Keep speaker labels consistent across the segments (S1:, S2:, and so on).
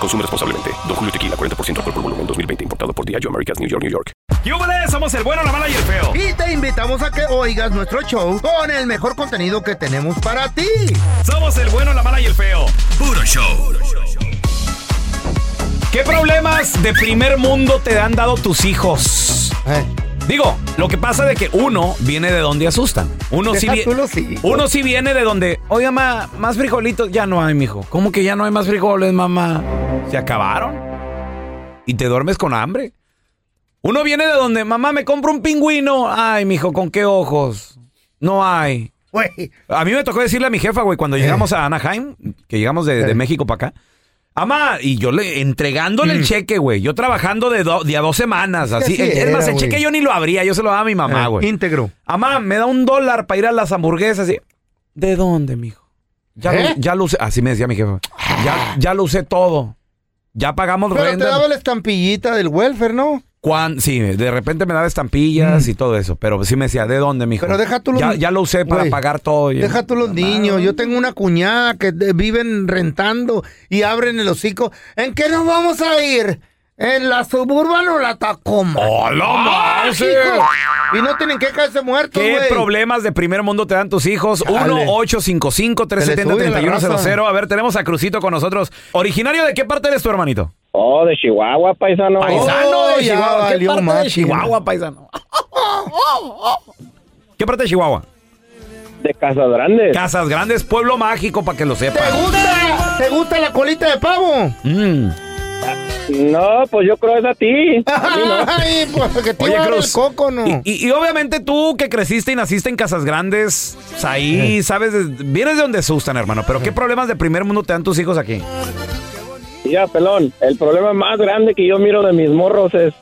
S1: Consume responsablemente. Don Julio Tequila, 40% alcohol por volumen, 2020. Importado por Diageo Americas, New York, New York.
S2: ¡Yúbales! Somos el bueno, la mala y el feo.
S3: Y te invitamos a que oigas nuestro show con el mejor contenido que tenemos para ti.
S2: Somos el bueno, la mala y el feo.
S1: Puro show.
S2: ¿Qué problemas de primer mundo te han dado tus hijos?
S3: Eh.
S2: Digo, lo que pasa de que uno viene de donde asustan. Uno sí,
S3: Deja
S2: vie-
S3: tú los hijos.
S2: uno sí viene de donde, oye, mamá, más frijolitos. Ya no hay, mijo. ¿Cómo que ya no hay más frijoles, mamá? Se acabaron. Y te duermes con hambre. Uno viene de donde, mamá, me compro un pingüino. Ay, mijo, ¿con qué ojos? No hay.
S3: Güey, Eh.
S2: A mí me tocó decirle a mi jefa, güey, cuando llegamos a Anaheim, que llegamos de, de México para acá. Amá, y yo le entregándole el cheque, güey. Yo trabajando de, do- de a dos semanas, así.
S3: Mm. así
S2: es es más, el
S3: era, güey.
S2: cheque yo ni lo abría, yo se lo daba a mi mamá,
S3: eh,
S2: güey.
S3: íntegro.
S2: Amá, me da un dólar para ir a las hamburguesas. Y... ¿De dónde, mijo? Ya,
S3: ¿Eh?
S2: lo, ya lo usé. Así me decía mi jefa. Ya, ya lo usé todo. Ya pagamos
S3: Pero te
S2: renta.
S3: daba la estampillita del welfare, ¿no?
S2: Cuan- sí, de repente me daba estampillas y todo eso. Pero sí me decía, ¿de dónde, mijo?
S3: Pero deja tú los-
S2: ya, ya lo usé para
S3: Güey,
S2: pagar todo. Y-
S3: Deja tú los niños. Yo tengo una cuñada que de- viven rentando y abren el hocico. ¿En qué nos vamos a ir? ¿En la suburban o la Tacoma?
S2: ¡Hola,
S3: ¡Ah,
S2: Mouse!
S3: hijo! Y no tienen que caerse muertos,
S2: ¿Qué
S3: güey.
S2: problemas de primer mundo te dan tus hijos?
S3: Dale.
S2: 1-855-370-3100. A ver, tenemos a Crucito con nosotros. ¿Originario de qué parte eres tu hermanito?
S4: Oh, de Chihuahua, paisano.
S2: Paisano Oh, de
S3: Oh, ya
S2: Chihuahua. ¿Qué
S3: valió
S2: parte de
S3: máquina.
S2: Chihuahua, paisano? ¿Qué parte de Chihuahua?
S4: De Casa Grande.
S2: Casas Grandes, pueblo mágico, para que lo
S3: ¿Te
S2: sepan.
S3: gusta, ¿Te gusta la colita de pavo?
S2: Mm.
S4: No, pues yo creo es a ti.
S3: Ay, pues que te
S2: Oye,
S3: iba a dar
S2: Cruz.
S3: el coco, ¿no?
S2: Y, y- y obviamente tú que creciste y naciste en Casas Grandes, pues ahí sabes, de- vienes de donde asustan, hermano. Pero ¿qué problemas de primer mundo te dan tus hijos aquí?
S4: Ya, pelón, el problema más grande que yo miro de mis morros es...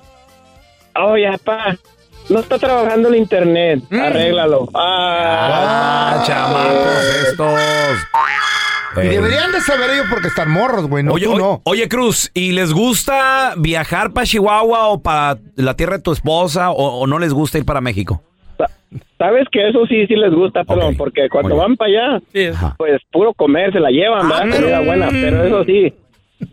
S4: Oye, papá, no está trabajando el internet. Arréglalo. Ah,
S2: Mm. Ah, chamacos estos.
S3: pues Y
S2: Eh,
S3: deberían de saber ellos porque están morros, güey. No,
S2: oye,
S3: tú
S2: oye,
S3: no.
S2: oye, Cruz, ¿y les gusta viajar para Chihuahua o para la tierra de tu esposa o, o no les gusta ir para México?
S4: Sabes que eso sí, sí les gusta, pelón,
S2: Ok,
S4: porque cuando
S2: muy bien.
S4: van para allá,
S2: Ajá.
S4: pues puro comer, se la llevan, ¿verdad?
S3: Ah,
S2: pero-
S4: Comida buena, pero eso sí.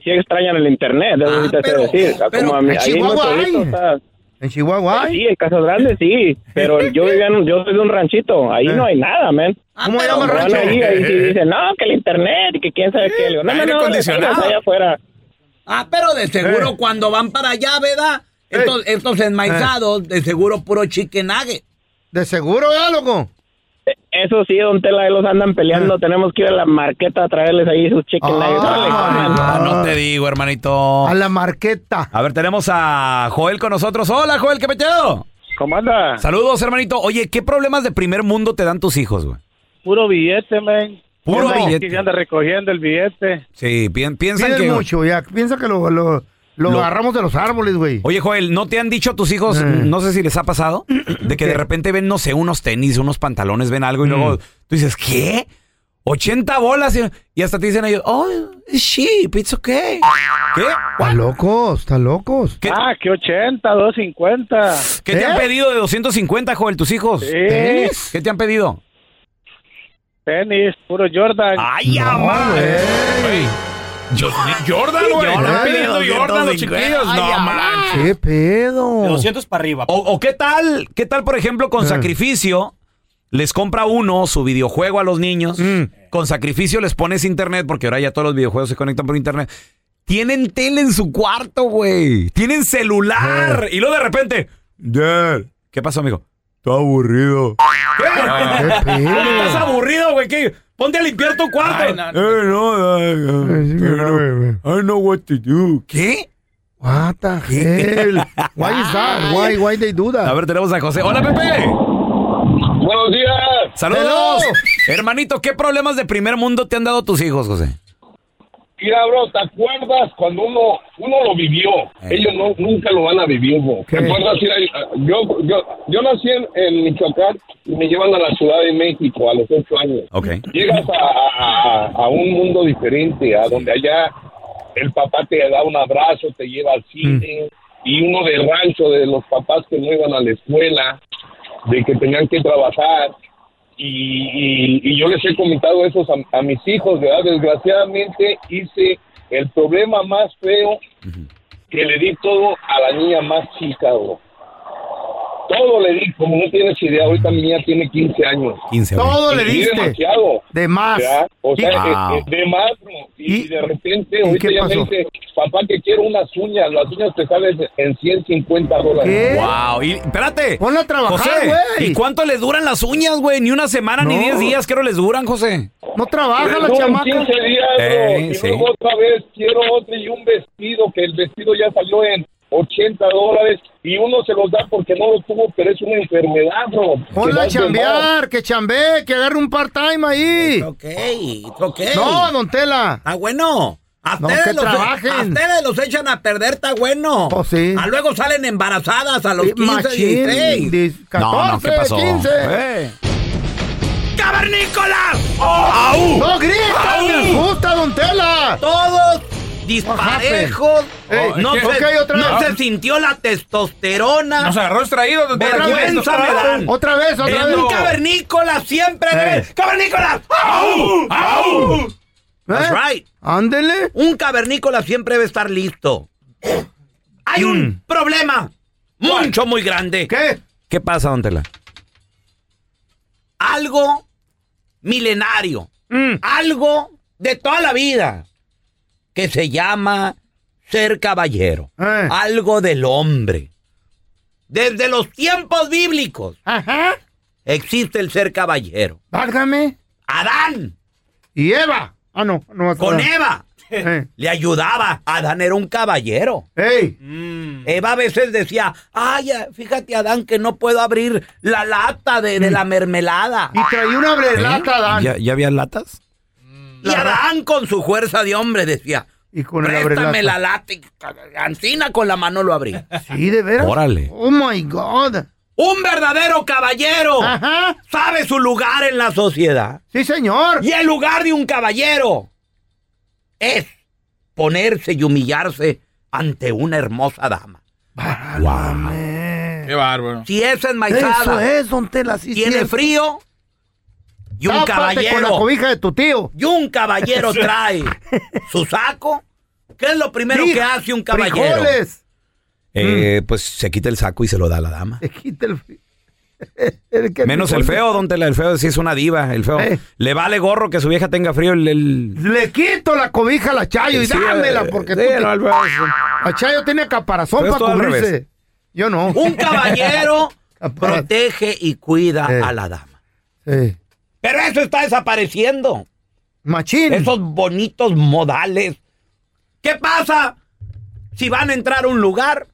S4: Sí extrañan el internet, eso
S2: Ah,
S4: sí te
S2: pero-
S4: sé decir.
S2: pero
S4: Como a mí,
S3: en
S4: ahí en mi
S3: Chihuahua
S4: pueblito
S3: hay.
S4: está- Pues
S3: En Chihuahua. ay.
S4: Sí, en Casas Grandes sí, pero yo vivía en un- yo soy de un ranchito, ahí no hay nada, men.
S3: Ah. ¿Cómo llama el
S4: Cuando van
S3: rancho?
S4: Ahí, ahí sí dicen, no, que el internet y que quién sabe qué. Le digo, no, no,
S5: Aire
S4: no,
S5: acondicionado.
S4: estamos allá afuera.
S5: Ah, pero de seguro
S2: Eh.
S5: cuando van para allá, ¿verdad? Estos, estos enmaizados, de seguro puro chicken nugget.
S3: De seguro, ya, loco.
S4: E,
S3: Ah.
S4: Eso sí, don Tela, ahí los andan peleando, tenemos que ir a la marqueta a traerles ahí sus chicken nuggets. Órale, coman.
S2: Ah, no te digo, hermanito.
S3: A la marqueta.
S2: A ver, tenemos a Joel con nosotros. Hola, Joel, ¿qué peteado?
S4: ¿Cómo anda?
S2: Saludos, hermanito. Oye, ¿qué problemas de primer mundo te dan tus hijos, güey?
S4: Puro billete, men.
S2: Puro billete.
S4: recogiendo el billete.
S2: Sí, pi- piensan
S3: Piden
S2: que...
S3: mucho, ya. Piensa que lo, lo, lo
S2: Lo-
S3: agarramos de los árboles, güey.
S2: Oye, Joel, ¿no te han dicho a tus
S3: Ah.
S2: hijos, no sé si les ha pasado,
S3: Mm.
S2: de que de repente ven, no sé, unos tenis, unos pantalones, ven algo y luego tú dices, ¿qué?
S6: 80 bolas y, y hasta te dicen ellos, oh, sheep, it's okay. ¿Qué?
S3: Están locos, están locos.
S6: ¿Qué,
S7: Ah, que 80, 250.
S6: qué te
S3: ¿Eh?
S6: han pedido de 250, Joel, tus hijos?
S7: Sí,
S6: ¿Qué te han pedido?
S7: tenis, puro Jordan.
S6: ¡Ay, amá! Ey.
S1: Yo- Jordan, güey. Están pidiendo Jordan
S6: 250.
S1: los chiquillos.
S6: Ay,
S1: No,
S6: ya.
S1: man.
S3: ¿Qué pedo?
S2: para arriba. pues.
S6: O, o qué tal, qué tal, por ejemplo, con
S3: Eh.
S6: sacrificio, les compra uno su videojuego a los niños,
S3: Mm.
S6: con sacrificio les pones internet, porque ahora ya todos los videojuegos se conectan por internet. Tienen tele en su cuarto, güey. Tienen celular. Y luego de repente, "Dad, ¿qué pasó, amigo?
S3: Está aburrido. ¿Qué
S6: Estás
S3: pedo?
S6: aburrido, güey. ¿qué? Ponte a limpiar tu cuarto. "Eh,
S2: Ay, no, no.
S6: ¿Qué?
S3: What the hell? Why is that? Why, why they do that?
S6: A ver, tenemos a José. Hola, Pepe.
S7: Buenos días.
S6: Saludos. Hermanito, ¿qué problemas de primer mundo te han dado tus hijos, José?
S7: Mira, bro, ¿te acuerdas cuando uno uno lo vivió?
S6: Eh.
S7: Ellos no, nunca lo van a vivir, bro.
S3: ¿Qué?
S7: ¿Te acuerdas ir a- yo, yo, yo nací en, en Michoacán y me llevan a la Ciudad de México a los ocho años.
S6: Ok.
S7: Llegas a, a- a- a un mundo diferente, a donde allá el papá te da un abrazo, te lleva al cine,
S6: Mm.
S7: y uno de rancho de los papás que no iban a la escuela, de que tenían que trabajar. Y, y- y yo les he comentado eso a, a mis hijos, ¿verdad? Desgraciadamente hice el problema más feo que le di todo a la niña más chica, bro. Todo le di, como no tienes idea, ahorita mi niña tiene 15 años.
S6: 15. ok.
S3: Todo le
S7: Y di
S3: diste.
S7: demasiado.
S3: De más.
S7: ¿verdad? O sea,
S6: Y-
S7: eh, eh, de más, bro. Y,
S3: ¿Y-
S7: de repente,
S3: y
S7: ahorita
S3: qué
S7: ya
S3: pasó?
S7: me dice, papá, que quiero unas uñas. Las uñas te salen en 150 dólares.
S3: ¿Qué?
S6: Wow, y espérate.
S3: Ponla a trabajar,
S6: José,
S3: güey.
S6: ¿y cuánto les duran las uñas, güey? Ni una semana, ni
S3: No.
S6: 10 días, creo les duran, José.
S3: No trabaja la
S7: No, en
S3: chamaca.
S7: 15 días,
S6: Eh,
S7: bro. y
S6: sí.
S7: luego otra vez quiero otro y un vestido, que el vestido ya salió en 80 dólares y uno se los da porque no lo tuvo, pero es una enfermedad, bro.
S3: Ponla a
S7: Que vas de más.
S3: chambear, que chambee, que agarre un part-time ahí.
S2: Ok, ok.
S3: No, don Tela.
S2: Está Ah, bueno. A
S3: No,
S2: ustedes,
S3: que
S2: los, e-
S3: trabajen.
S2: a ustedes los echan a perder, está bueno.
S3: Oh, sí. Eh,
S2: A luego salen embarazadas a los 15,
S3: Machín,
S2: 16.
S3: de 14, 15.
S6: Eh.
S2: ¡Cavernícolas!
S3: ¡No grita!
S6: ¡Au!
S3: ¡Me asusta, don Tela!
S2: Todos disparejos.
S3: Ey,
S2: Oh, no
S3: ¿qué?
S2: se,
S3: Ok, otra
S2: no
S3: vez.
S2: se sintió la testosterona.
S1: Nos agarró distraídos. don Tela.
S3: Otra vez,
S2: vergüenza
S3: otra
S2: me
S3: vez.
S2: dan.
S3: Otra vez, otra
S2: es
S3: vez.
S2: un cavernícola, siempre debe- ¡Cavernícola! ¡Au! ¡Au! That's
S3: ¿Eh?
S2: right.
S3: Ándele.
S2: Un cavernícola siempre debe estar listo. Hay un problema mucho, muy grande.
S3: Mm. ¿Qué?
S6: ¿Qué pasa, don Tela?
S2: Algo milenario.
S3: Mm.
S2: Algo de toda la vida. Que se llama ser caballero.
S3: Eh.
S2: Algo del hombre. Desde los tiempos bíblicos
S3: Ajá.
S2: existe el ser caballero.
S3: Válgame.
S2: Adán
S3: Y Eva. Ah, no. no es
S2: con
S3: Eva.
S2: Eva
S3: Eh.
S2: le ayudaba. Adán era un caballero.
S3: ¡Ey!
S2: Eva a veces decía, ay, ah, fíjate Adán que no puedo abrir la lata de, de la mermelada.
S3: Mm. Y traía una brelata, Dan.
S6: ¿Eh? ¿Ya, ya había latas?
S2: Y Adán con su fuerza de hombre decía,
S3: Y con el
S2: préstame la
S3: abrelata.
S2: lata. Y Ancina con la mano lo abrí.
S3: Sí, de veras.
S6: Órale.
S3: Oh my God.
S2: Un verdadero caballero
S3: Ajá.
S2: sabe su lugar en la sociedad.
S3: Sí, señor.
S2: Y el lugar de un caballero es ponerse y humillarse ante una hermosa dama.
S1: Qué bárbaro.
S2: Si es
S3: Eso
S2: enmaizada,
S3: es, don Tela. Sí,
S2: tiene
S3: cierto.
S2: frío y un
S3: Tápate
S2: caballero...
S3: con la cobija de tu tío.
S2: Y un caballero trae su saco. ¿Qué es lo primero
S3: Sí,
S2: que hace un caballero?
S3: Frijoles.
S6: Pues se quita el saco y se lo da a la dama.
S3: Te quita el... fri- el que-
S6: Menos el feo, don Tela. El feo sí es una diva, el feo.
S3: Eh.
S6: Le vale gorro que su vieja tenga frío el... el-
S3: Le quito la cobija a la Chayo y
S6: Sí,
S3: dámela
S6: eh,
S3: porque
S6: sí,
S3: tú te-
S6: no, al-
S3: la Chayo tiene caparazón
S6: Pero es
S3: para
S6: todo al revés.
S3: cubrirse. Yo no.
S2: Un caballero protege y cuida
S3: Eh.
S2: a la dama.
S3: Sí.
S2: Pero eso está desapareciendo.
S3: Machín.
S2: Esos bonitos modales. ¿Qué pasa si van a entrar a un lugar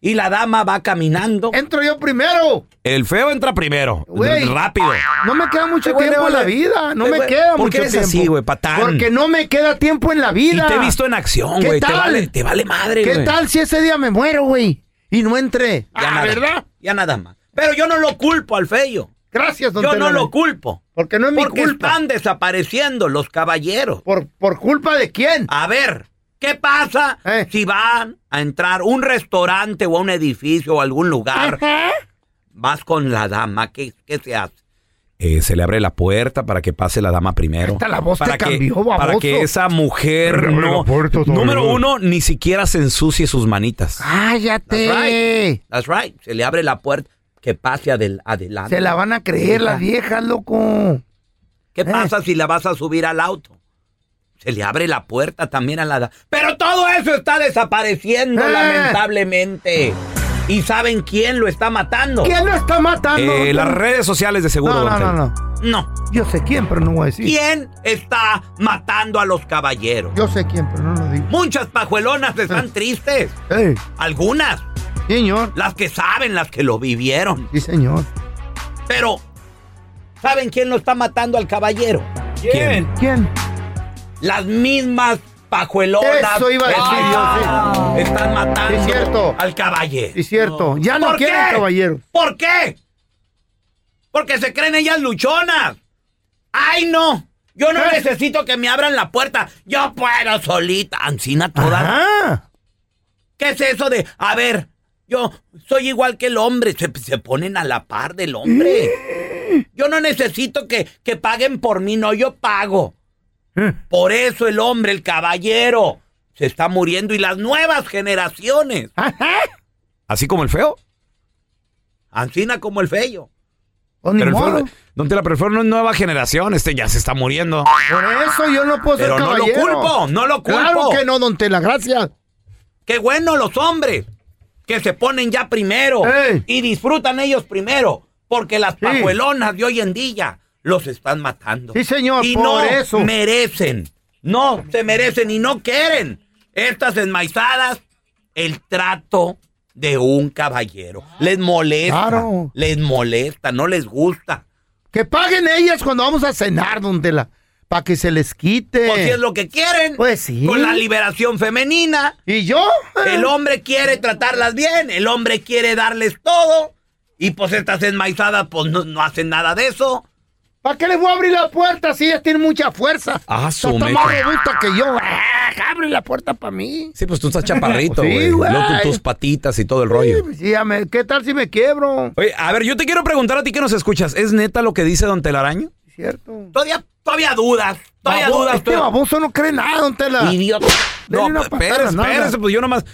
S2: y la dama va caminando?
S3: Entro yo primero.
S6: El feo entra primero.
S3: Güey.
S6: Rápido.
S3: No me queda mucho
S6: Te voy,
S3: tiempo
S6: te
S3: en la
S6: voy.
S3: vida. No
S6: Te
S3: me
S6: voy.
S3: queda
S6: ¿Por
S3: mucho
S6: qué
S3: tiempo.
S6: eres así, güey, patán?
S3: Porque no me queda tiempo en la vida.
S6: Y te he visto en acción,
S3: ¿Qué
S6: güey. Te
S3: tal?
S6: vale, te vale madre,
S3: ¿Qué
S6: güey.
S3: tal si ese día me muero, güey? Y no entré.
S2: Ya nada, Ya nada más. Pero yo no lo culpo al feyo.
S3: Gracias, don
S2: Yo no
S3: Tela.
S2: lo culpo.
S3: Porque no es mi
S2: Porque
S3: culpa.
S2: están desapareciendo los caballeros.
S3: ¿Por, ¿Por culpa de quién?
S2: A ver, ¿qué pasa
S3: Eh.
S2: si van a entrar a un restaurante o a un edificio o a algún lugar?
S3: Eh.
S2: Vas con la dama, ¿qué, qué se hace?
S6: Eh, se le abre la puerta para que pase la dama primero.
S3: Hasta la voz te
S6: para que,
S3: cambió, baboso.
S6: para que esa mujer
S3: abre la
S6: no,
S3: puerta, don
S6: número
S3: Ramón.
S6: uno, ni siquiera se ensucie sus manitas.
S3: Eh.
S2: That's
S3: ¡Cállate!
S2: right. That's right. Se le abre la puerta, que pase adel- adelante.
S3: Se la van a creer las viejas, loco. Eh.
S2: ¿Qué pasa si la vas a subir al auto? Se le abre la puerta también a la da- Pero todo eso está desapareciendo,
S3: Eh.
S2: lamentablemente. ¿Y saben quién lo está matando?
S3: ¿Quién Ah, lo está matando?
S6: Eh,
S3: don
S6: las
S3: Tela?
S6: redes sociales de seguro.
S3: No,
S6: don
S3: no, no,
S6: Tela.
S3: no.
S2: No.
S3: Yo sé quién, pero no voy a decir.
S2: ¿Quién está matando a los caballeros?
S3: Yo sé quién, pero no lo digo. Eh.
S2: Muchas pajuelonas están tristes.
S3: ¡Ey!
S2: Algunas.
S3: Señor.
S2: Las que saben, las que lo vivieron.
S3: Sí, señor.
S2: Pero, ¿saben quién lo está matando al caballero?
S6: ¿Quién?
S3: ¿Quién?
S2: Las mismas pajuelonas.
S3: Eso iba a decir
S2: están-
S3: yo, sí.
S2: Están matando
S3: Sí, cierto.
S2: al caballero.
S3: Es cierto. Ya no
S2: ¿Por qué?
S3: quieren, caballero.
S2: ¿Por qué? Porque se creen ellas luchonas. ¡Ay, no! Yo no
S3: ¿Eh?
S2: necesito que me abran la puerta. Yo puedo solita. Ancina toda.
S3: Ah,
S2: ¿Qué es eso de, a ver, yo soy igual que el hombre? Se, se ponen a la par del hombre.
S3: Mm.
S2: Yo no necesito que, que paguen por mí, no, yo pago.
S3: Eh.
S2: Por eso el hombre, el caballero, se está muriendo y las nuevas generaciones,
S6: Así como el feo.
S2: ansina como el feo.
S3: pues ni
S6: Pero el feo-
S3: modo.
S6: don Tela, pero el feo no es nueva generación. Este ya se está muriendo.
S3: Por eso yo no puedo
S2: Pero
S3: ser
S2: no lo
S3: caballero.
S2: culpo, no lo culpo.
S3: Claro que no, don Tela, gracias.
S2: Qué bueno los hombres que se ponen ya primero
S3: Ey.
S2: y disfrutan ellos primero, porque las pajuelonas de hoy en día los están matando.
S3: Sí, señor,
S2: y
S3: por
S2: no
S3: eso.
S2: merecen, no se merecen y no quieren estas enmaizadas el trato de un caballero. Les molesta,
S3: Claro.
S2: les molesta, no les gusta.
S3: Que paguen ellas cuando vamos a cenar, don Tela. Para que se les quite.
S6: Eh.
S2: Pues si es lo que quieren,
S3: Pues sí.
S2: con la liberación femenina,
S3: ¿Y yo?
S2: El hombre quiere tratarlas bien, el hombre quiere darles todo. Y pues estas enmaizadas, pues no, no hacen nada de eso.
S3: ¿Para qué les voy a abrir la puerta si ellas tienen mucha fuerza?
S6: Ah, su
S3: Está
S6: mecha.
S3: más robusta que yo. Ah, abre la puerta para mí.
S6: Sí, pues tú estás chaparrito,
S3: Sí,
S6: güey.
S3: güey.
S6: Luego tú- tus patitas y todo el rollo.
S3: Sí, ya me- ¿Qué tal si me quiebro?
S6: Oye, a ver, yo te quiero preguntar a ti que nos escuchas. ¿Es neta lo que dice don Telaraño?
S3: Cierto.
S2: Todavía, todavía dudas, todavía
S3: Babo-
S2: dudas.
S3: este
S2: todavía-
S3: baboso no cree nada, don Tela.
S2: Idiota.
S3: Denle
S6: No,
S3: una patada
S6: espérese,
S3: en la nalga.
S6: espérese, pues yo nomás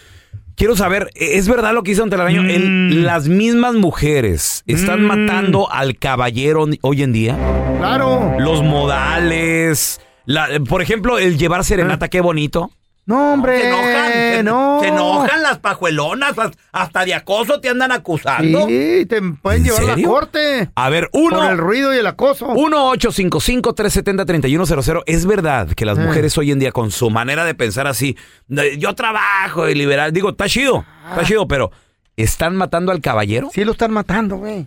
S6: quiero saber, e-, ¿es verdad lo que dice Don Telaraño?
S3: Mm.
S6: El- las mismas mujeres están matando al caballero hoy en día.
S3: Claro.
S6: Los modales, la- por ejemplo, el llevar
S3: Ah.
S6: serenata, qué bonito.
S3: No, hombre.
S2: Se enojan, se,
S3: no.
S2: se enojan las pajuelonas, has- hasta de acoso te andan acusando.
S3: Sí, te pueden
S6: ¿En
S3: llevar a la
S6: serio?
S3: corte.
S6: A ver,
S3: Por el
S6: uno.
S3: ruido y el acoso.
S6: 1-855-370-3100. Es verdad que las
S3: Eh.
S6: mujeres hoy en día, con su manera de pensar así, "Eh, yo trabajo y liberal, digo, está chido, está chido, pero ¿están matando al caballero?
S3: Ah. Sí lo están matando, güey.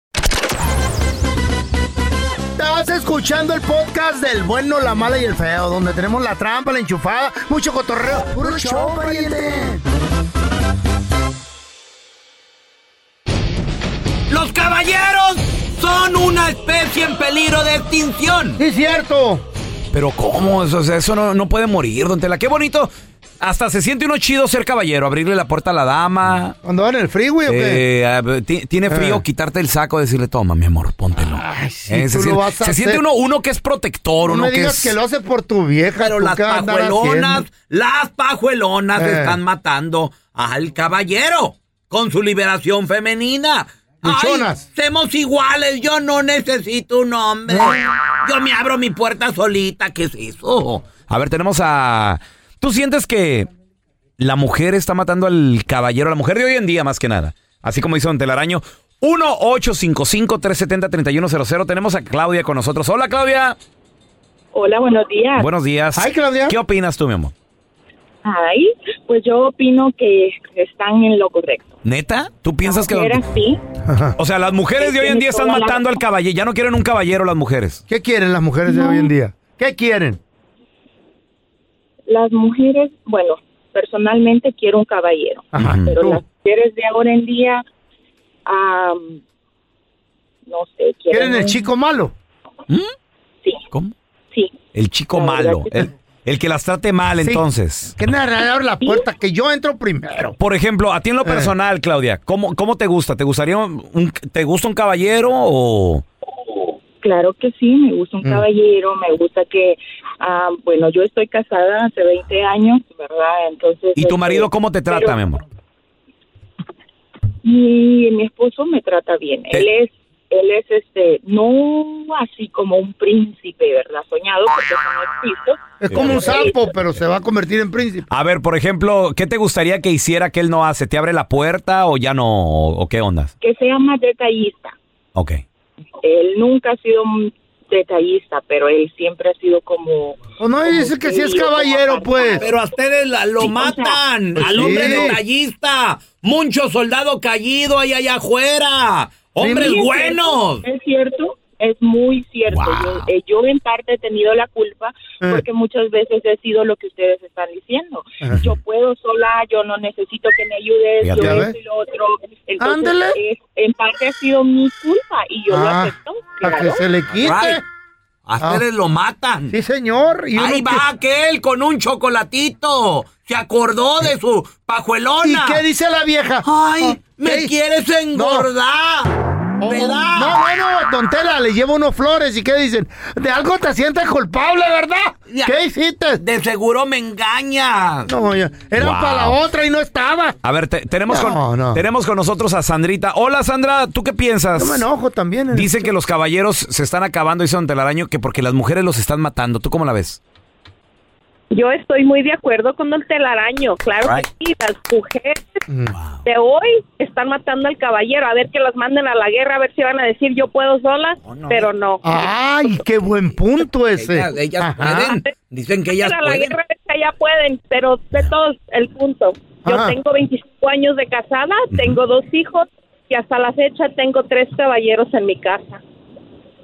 S3: Estás escuchando el podcast del bueno, la mala y el feo, donde tenemos la trampa, la enchufada, mucho cotorreo. ¡Puro show, pariente!
S2: ¡Los caballeros son una especie en peligro de extinción!
S3: ¡Sí, cierto!
S6: Pero ¿cómo? Eso, o sea, eso no, no puede morir, don Tela. Qué bonito. Hasta se siente uno chido ser caballero, abrirle la puerta a la dama.
S3: ¿Cuando van en el freeway o qué? Eh.
S6: Eh, ah, ti- tiene frío, quitarte el saco, decirle, toma, mi amor, póntelo.
S3: Ay, sí,
S6: Eh, se
S3: tú
S6: siente,
S3: lo vas a
S6: se siente
S3: hacer.
S6: uno, uno que es protector,
S3: No
S6: uno
S3: me
S6: que
S3: digas
S6: es...
S3: que lo hace por tu vieja.
S2: Pero
S3: ¿tú
S2: las
S3: qué vas a andar
S2: pajuelonas,
S3: haciendo?
S2: las pajuelonas
S3: Eh.
S2: están matando al caballero con su liberación femenina. Ay,
S3: Luchonas.
S2: somos iguales, yo no necesito un hombre. Yo me abro mi puerta solita, ¿qué es eso?
S6: A ver, tenemos a... ¿Tú sientes que la mujer está matando al caballero, la mujer de hoy en día más que nada? Así como hizo Don Telaraño. 1-855-370-3100. Tenemos a Claudia con nosotros. Hola, Claudia.
S8: Hola, buenos días.
S6: Buenos días.
S3: Ay, Claudia.
S6: ¿Qué opinas tú, mi amor?
S8: Ay, pues yo opino que están en lo correcto.
S6: ¿Neta? ¿Tú piensas que...
S8: Era así.
S6: O sea, las mujeres de hoy en día están matando al caballero. Ya no quieren un caballero las mujeres.
S3: ¿Qué quieren las mujeres de hoy en día? ¿Qué quieren?
S8: Las mujeres, bueno, personalmente quiero un caballero,
S3: Ajá,
S6: Ujú.
S8: pero
S3: tú.
S8: las mujeres de ahora en día, am, no sé, quieren,
S3: ¿Quieren el
S8: un-
S3: chico malo?
S8: Sí,
S6: ¿Cómo?
S8: sí.
S6: El chico
S8: La verdad
S6: malo.
S8: que sí.
S6: El, el que las trate mal,
S3: Sí.
S6: entonces.
S3: Que nada, abre la puerta, que yo entro primero.
S6: Por ejemplo, a ti en lo
S3: Eh.
S6: personal, Claudia, ¿cómo, cómo te gusta? ¿Te gustaría un, un- te gusta un caballero o
S8: Claro que sí, me gusta un
S3: Mm.
S8: caballero, me gusta que, am, bueno, yo estoy casada hace 20 años, ¿verdad? Entonces...
S6: y tu
S8: este,
S6: marido cómo te trata,
S8: pero-
S6: mi amor?
S8: Y mi esposo me trata bien.
S6: Te-
S8: Él es, él es este, no así como un príncipe, ¿verdad? Soñado, porque eso no existe. Este,
S3: Es como un sapo, pero se va a convertir en príncipe.
S6: A ver, por ejemplo, ¿qué te gustaría que hiciera que él no hace? ¿Te abre la puerta o ya no o, o qué ondas?
S8: Que sea más detallista.
S6: Ok.
S8: Él nunca ha sido un detallista, pero él siempre ha sido como...
S3: O Pues no
S8: como
S3: dice que sí es
S8: frío, como
S3: caballero, pues.
S2: Pero a ustedes la- lo
S8: Sí, o sea,
S2: matan,
S3: pues
S2: al
S3: sí.
S2: hombre detallista, mucho soldado caído ahí allá afuera, hombres
S8: Sí, es
S2: buenos.
S8: cierto, Es cierto, es muy cierto.
S6: Wow.
S8: Yo, eh, yo en parte he tenido la culpa
S3: Eh.
S8: porque muchas veces he sido lo que ustedes están diciendo.
S3: Ajá.
S8: Yo puedo sola, yo no necesito que me ayudes,
S6: Fíjate.
S8: yo
S3: Ya
S8: esto
S3: ve.
S8: y lo otro. Entonces,
S3: Ándele.
S8: es- en parte ha sido mi culpa y yo lo
S3: Ah,
S8: acepto.
S3: Para
S8: claro.
S3: que se le
S2: Right.
S3: quite. Ah.
S2: A ustedes lo matan.
S3: Sí, señor. Y uno
S2: Ahí
S3: que-
S2: va aquel con un chocolatito. Se acordó de su
S3: ¿Y
S2: pajuelona.
S3: qué dice la vieja?
S2: Ay,
S3: Ah,
S2: me
S3: ¿qué?
S2: quieres engordar.
S3: Oh,
S2: ¿Verdad?
S3: No, bueno, don Tela, le llevo unos flores y ¿qué dicen? De algo te sientes culpable, ¿verdad?
S2: Ya.
S3: ¿Qué hiciste?
S2: De seguro me engañas.
S3: No, ya. Era
S6: Wow.
S3: para la otra y no estaba.
S6: A ver, te- tenemos,
S3: No,
S6: con,
S3: no.
S6: tenemos con nosotros a Sandrita. Hola, Sandra, ¿tú qué piensas?
S3: Yo me enojo también. eh.
S6: Dicen que los caballeros se están acabando, dice Don Telaraño, que porque las mujeres los están matando. ¿Tú cómo la ves?
S9: Yo estoy muy de acuerdo con Don Telaraño. Claro
S6: Right.
S9: que sí, las mujeres
S3: Mm.
S9: de hoy están matando al caballero. A ver que las manden a la guerra, a ver si van a decir yo puedo sola,
S2: Oh, no.
S9: pero no.
S3: Ay, qué buen punto ese.
S2: Ellas, ellas
S3: Ajá.
S2: pueden. Dicen que
S9: a
S2: ellas
S9: la
S2: pueden.
S9: guerra, a ver si allá pueden, pero de todos, el punto. Yo
S2: Ah.
S3: Ajá.
S9: tengo 25 años de casada, tengo dos hijos y hasta la fecha tengo tres caballeros en mi casa.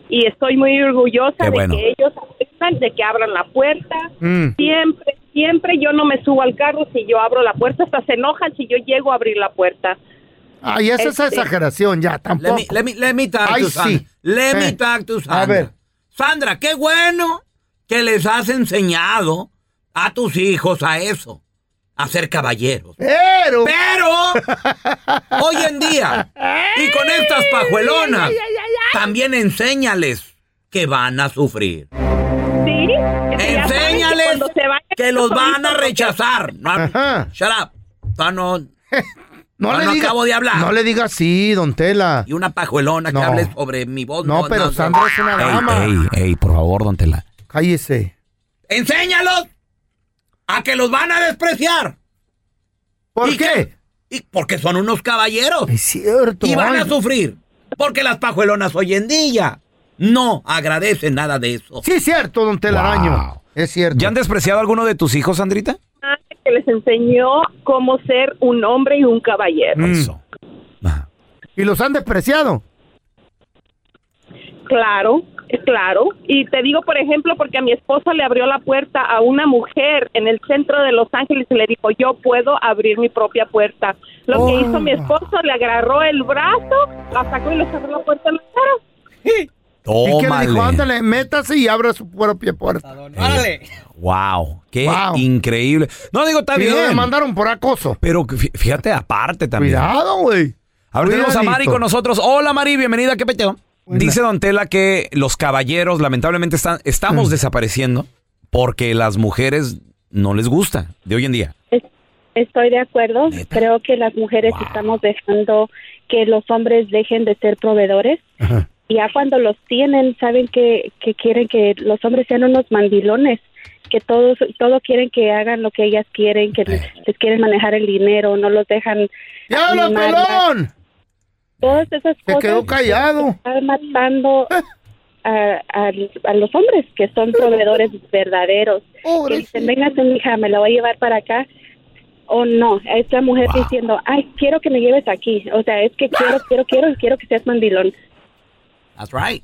S9: Y estoy muy orgullosa
S6: Qué
S9: de
S6: bueno.
S9: que ellos aceptan, de que abran la puerta.
S3: Mm.
S9: Siempre, siempre yo no me subo al carro si yo abro la puerta, hasta se enojan si yo llego a abrir la puerta.
S3: Ay, esa Ah, es
S9: Este-
S3: exageración, ya,
S2: Let
S3: tampoco.
S2: me, let me- let me talk
S3: Ay,
S2: to Sandra.
S3: sí.
S2: Let me
S3: Eh,
S2: talk to
S3: a
S2: Sandra.
S3: ver.
S2: Sandra, qué bueno que les has enseñado a tus hijos a eso, a ser caballeros.
S3: Pero...
S2: Pero hoy en día, y con estas pajuelonas, también enséñales que van a sufrir.
S9: Sí, que ya saben
S2: Enséñales
S9: que cuando se vayan,
S2: que los
S9: son
S2: van a
S9: hijos,
S2: rechazar. No,
S3: Ajá.
S2: shut up. Ah, no.
S3: No,
S2: Ah,
S3: le
S2: no
S3: diga-
S2: acabo de hablar.
S3: No le diga así, don Tela.
S2: Y una pajuelona
S3: No.
S2: que hable sobre mi voz.
S3: No, pero Sandra es una dama.
S6: Ey, ey, por favor, Don Tela.
S3: Cállese.
S2: Enséñalos a que los van a despreciar.
S3: ¿Por
S2: ¿Y
S3: qué?
S2: Y porque son unos caballeros.
S3: Es cierto.
S2: Y van a
S3: ay.
S2: sufrir. Porque las pajuelonas hoy en día no agradecen nada de eso.
S3: Sí, es cierto, don Telaraño.
S6: Wow.
S3: Es cierto.
S6: ¿Ya han despreciado a alguno de tus hijos, Sandrita?
S9: ah, que les enseñó cómo ser un hombre y un caballero.
S3: Mm.
S2: Pues,
S3: Y los han despreciado.
S9: Claro, claro. Y te digo, por ejemplo, porque a mi esposo le abrió la puerta a una mujer en el centro de Los Ángeles y le dijo, yo puedo abrir mi propia puerta. Lo
S3: Oh.
S9: que hizo mi esposo, le agarró el brazo, la sacó y le cerró la puerta en la cara.
S3: Y que le dijo,
S6: Tómale.
S3: ándale, métase y abra su propia puerta.
S6: Wow, qué increíble. No digo está
S3: Y lo
S6: bien.
S3: demandaron por acoso.
S6: Pero fí- fíjate aparte también.
S3: Cuidado, güey.
S6: A ver, tenemos a
S3: Cuidadito.
S6: Mari con nosotros. Hola, Mari, bienvenida. ¿Qué peteo? Dice Don Tela que los caballeros lamentablemente están,
S3: Mm.
S6: estamos desapareciendo porque las mujeres no les gusta de hoy en día.
S10: Estoy de acuerdo. Creo que las mujeres estamos dejando que los hombres dejen de ser proveedores. Y ya cuando los tienen, saben que, que quieren que los hombres sean unos mandilones, que todos todo quieren que hagan lo que ellas quieren, que les quieren manejar el dinero, no los dejan.
S3: ¡Ya habla,
S10: animarlas.
S3: pelón!
S10: Todas esas
S3: Se
S10: cosas.
S3: quedó callado.
S10: Están matando a, a- a los hombres que son proveedores verdaderos. Que dicen, véngase, mija, me la voy a llevar para acá. O no, es la mujer diciendo, ay, quiero que me lleves aquí. O sea, es que quiero, quiero, quiero, y quiero que seas mandilón.
S2: That's right.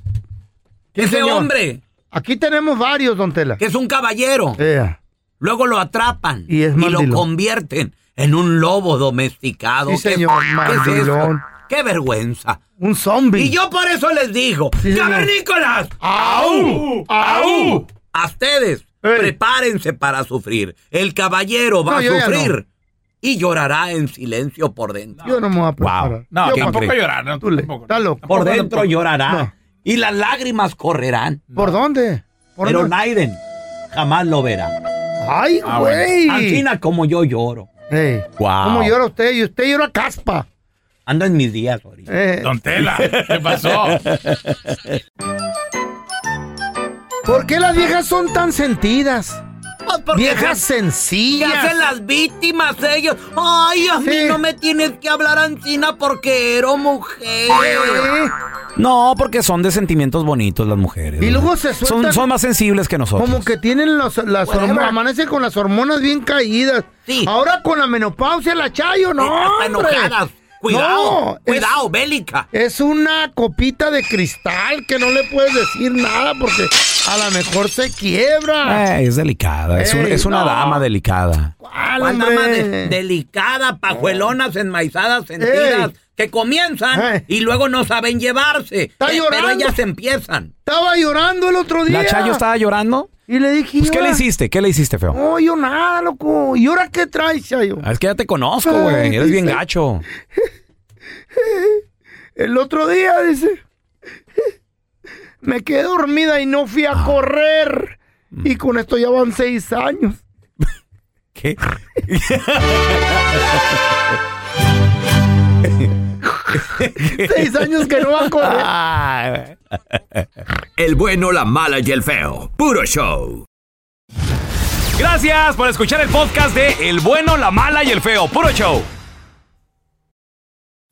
S3: Ese
S2: hombre.
S3: Aquí tenemos varios, don Tela.
S2: Que es un caballero.
S3: Ea.
S2: Luego lo atrapan
S3: Y es
S2: lo
S3: mandilón.
S2: convierten en un lobo domesticado.
S3: Sí,
S2: ¿Qué-
S3: señor,
S2: ¿qué es
S3: mandilón.
S2: eso? ¡Qué vergüenza!
S3: Un zombie.
S2: Y yo por eso les digo, ¡Cavernícolas! ¡Au! ¡Au! A ustedes, prepárense para sufrir. El caballero va
S3: No,
S2: a
S3: yo ya
S2: sufrir y llorará en silencio por dentro.
S3: Yo no me voy a preparar.
S2: No,
S3: Yo
S2: tampoco
S3: porque-
S2: llorar, no,
S3: Tú le-
S2: tampoco.
S3: Está loco.
S2: Por dentro
S3: No.
S2: llorará y las lágrimas correrán.
S3: ¿Por dónde? ¿Por
S2: Pero
S3: dónde?
S2: Naiden jamás lo verá.
S3: ¡Ay,
S2: Ah,
S3: güey!
S2: bueno. Antina como yo lloro.
S3: Ey,
S2: Wow.
S3: ¿Cómo llora usted? Y usted llora caspa.
S2: Ando en mis días ahorita.
S3: Eh.
S11: Don Tela, ¿qué pasó?
S3: ¿Por qué las viejas son tan sentidas?
S2: Pues porque
S3: Viejas
S2: se-
S3: sencillas.
S2: Se hacen las víctimas ellos. Ay, a mí no me tienes que hablar, Ancina, porque ero mujer.
S6: No, porque son de sentimientos bonitos las mujeres.
S3: Y
S6: ¿no?
S3: luego se
S6: son,
S3: sueltan-
S6: son más sensibles que nosotros.
S3: Como que tienen los- las hormonas, amanecen con las hormonas bien caídas. Ahora con la menopausia, la chayo, no.
S2: Eh, Hasta
S3: hombre.
S2: enojadas.
S3: No,
S2: Cuidado,
S3: es-
S2: cuidado, bélica.
S3: Es una copita de cristal que no le puedes decir nada porque a lo mejor se quiebra.
S6: Eh, es delicada, es, un-
S3: Ey,
S6: es una
S3: no.
S6: dama delicada.
S2: ¿Cuál dama de- delicada, pajuelonas enmaizadas, sentidas, que comienzan y luego no saben llevarse. Eh, pero
S3: llorando.
S2: ellas empiezan.
S3: Estaba llorando el otro día.
S6: ¿La Chayo estaba llorando?
S3: Y le dije,
S6: Pues, ¿Qué le
S3: "Llora".
S6: hiciste? ¿Qué le hiciste, feo?
S3: No, yo nada, loco. ¿Y ahora qué traes, Chayo?
S6: Ah, Es que ya te conozco, güey.
S3: Ay,
S6: Eres bien
S3: dice-
S6: gacho.
S3: El otro día, dice, me quedé dormida y no fui a correr. Y con esto ya van seis años.
S6: ¿Qué?
S3: seis años que no va a correr.
S12: El bueno, la mala y el feo. Puro show.
S6: Gracias por escuchar el podcast de El bueno, la mala y el feo. Puro show.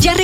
S13: Ya